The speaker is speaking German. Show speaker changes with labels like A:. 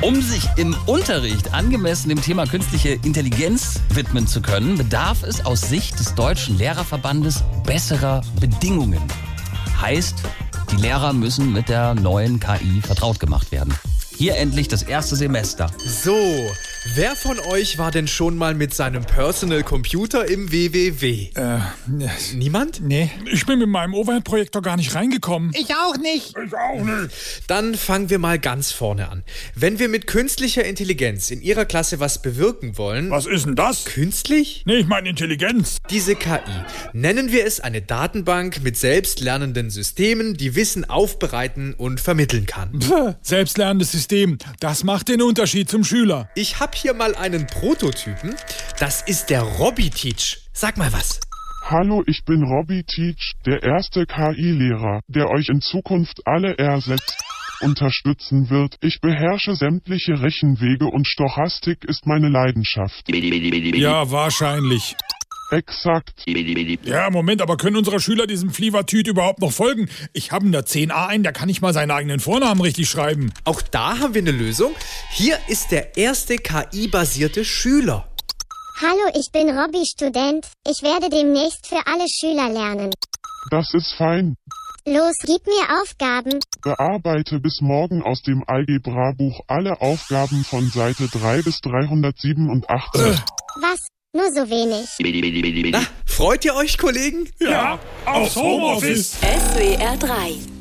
A: Um sich im Unterricht angemessen dem Thema künstliche Intelligenz widmen zu können, bedarf es aus Sicht des Deutschen Lehrerverbandes besserer Bedingungen. Heißt, die Lehrer müssen mit der neuen KI vertraut gemacht werden. Hier endlich das erste Semester.
B: So, wer von euch war denn schon mal mit seinem Personal Computer im WWW?
C: Äh,
B: Niemand?
C: nee.
D: Ich bin mit meinem Overhead-Projektor gar nicht reingekommen.
E: Ich auch nicht.
B: Dann fangen wir mal ganz vorne an. Wenn wir mit künstlicher Intelligenz in Ihrer Klasse was bewirken wollen.
D: Was ist denn das?
B: Künstlich?
D: Nee, ich meine Intelligenz.
B: Diese KI. Nennen wir es eine Datenbank mit selbstlernenden Systemen, die Wissen aufbereiten und vermitteln kann.
D: Pff, Selbstlernendes System. Das macht den Unterschied zum Schüler.
B: Ich habe hier mal einen Prototypen. Das ist der Robby Teach. Sag mal was.
F: Hallo, ich bin Robbie Teach, der erste KI-Lehrer, der euch in Zukunft alle ersetzt unterstützen wird. Ich beherrsche sämtliche Rechenwege und Stochastik ist meine Leidenschaft.
D: Ja, wahrscheinlich.
F: Exakt.
D: Ja, Moment, aber können unsere Schüler diesem Flievertüt überhaupt noch folgen? Ich habe in der 10a einen, der kann nicht mal seinen eigenen Vornamen richtig schreiben.
B: Auch da haben wir eine Lösung. Hier ist der erste KI-basierte Schüler.
G: Hallo, ich bin Robby Student. Ich werde demnächst für alle Schüler lernen.
F: Das ist fein.
G: Los, gib mir Aufgaben.
F: Bearbeite bis morgen aus dem Algebrabuch alle Aufgaben von Seite 3 bis 387.
G: Was? Nur so wenig.
B: Na, freut ihr euch, Kollegen?
D: Ja, aufs Homeoffice.
H: SWR 3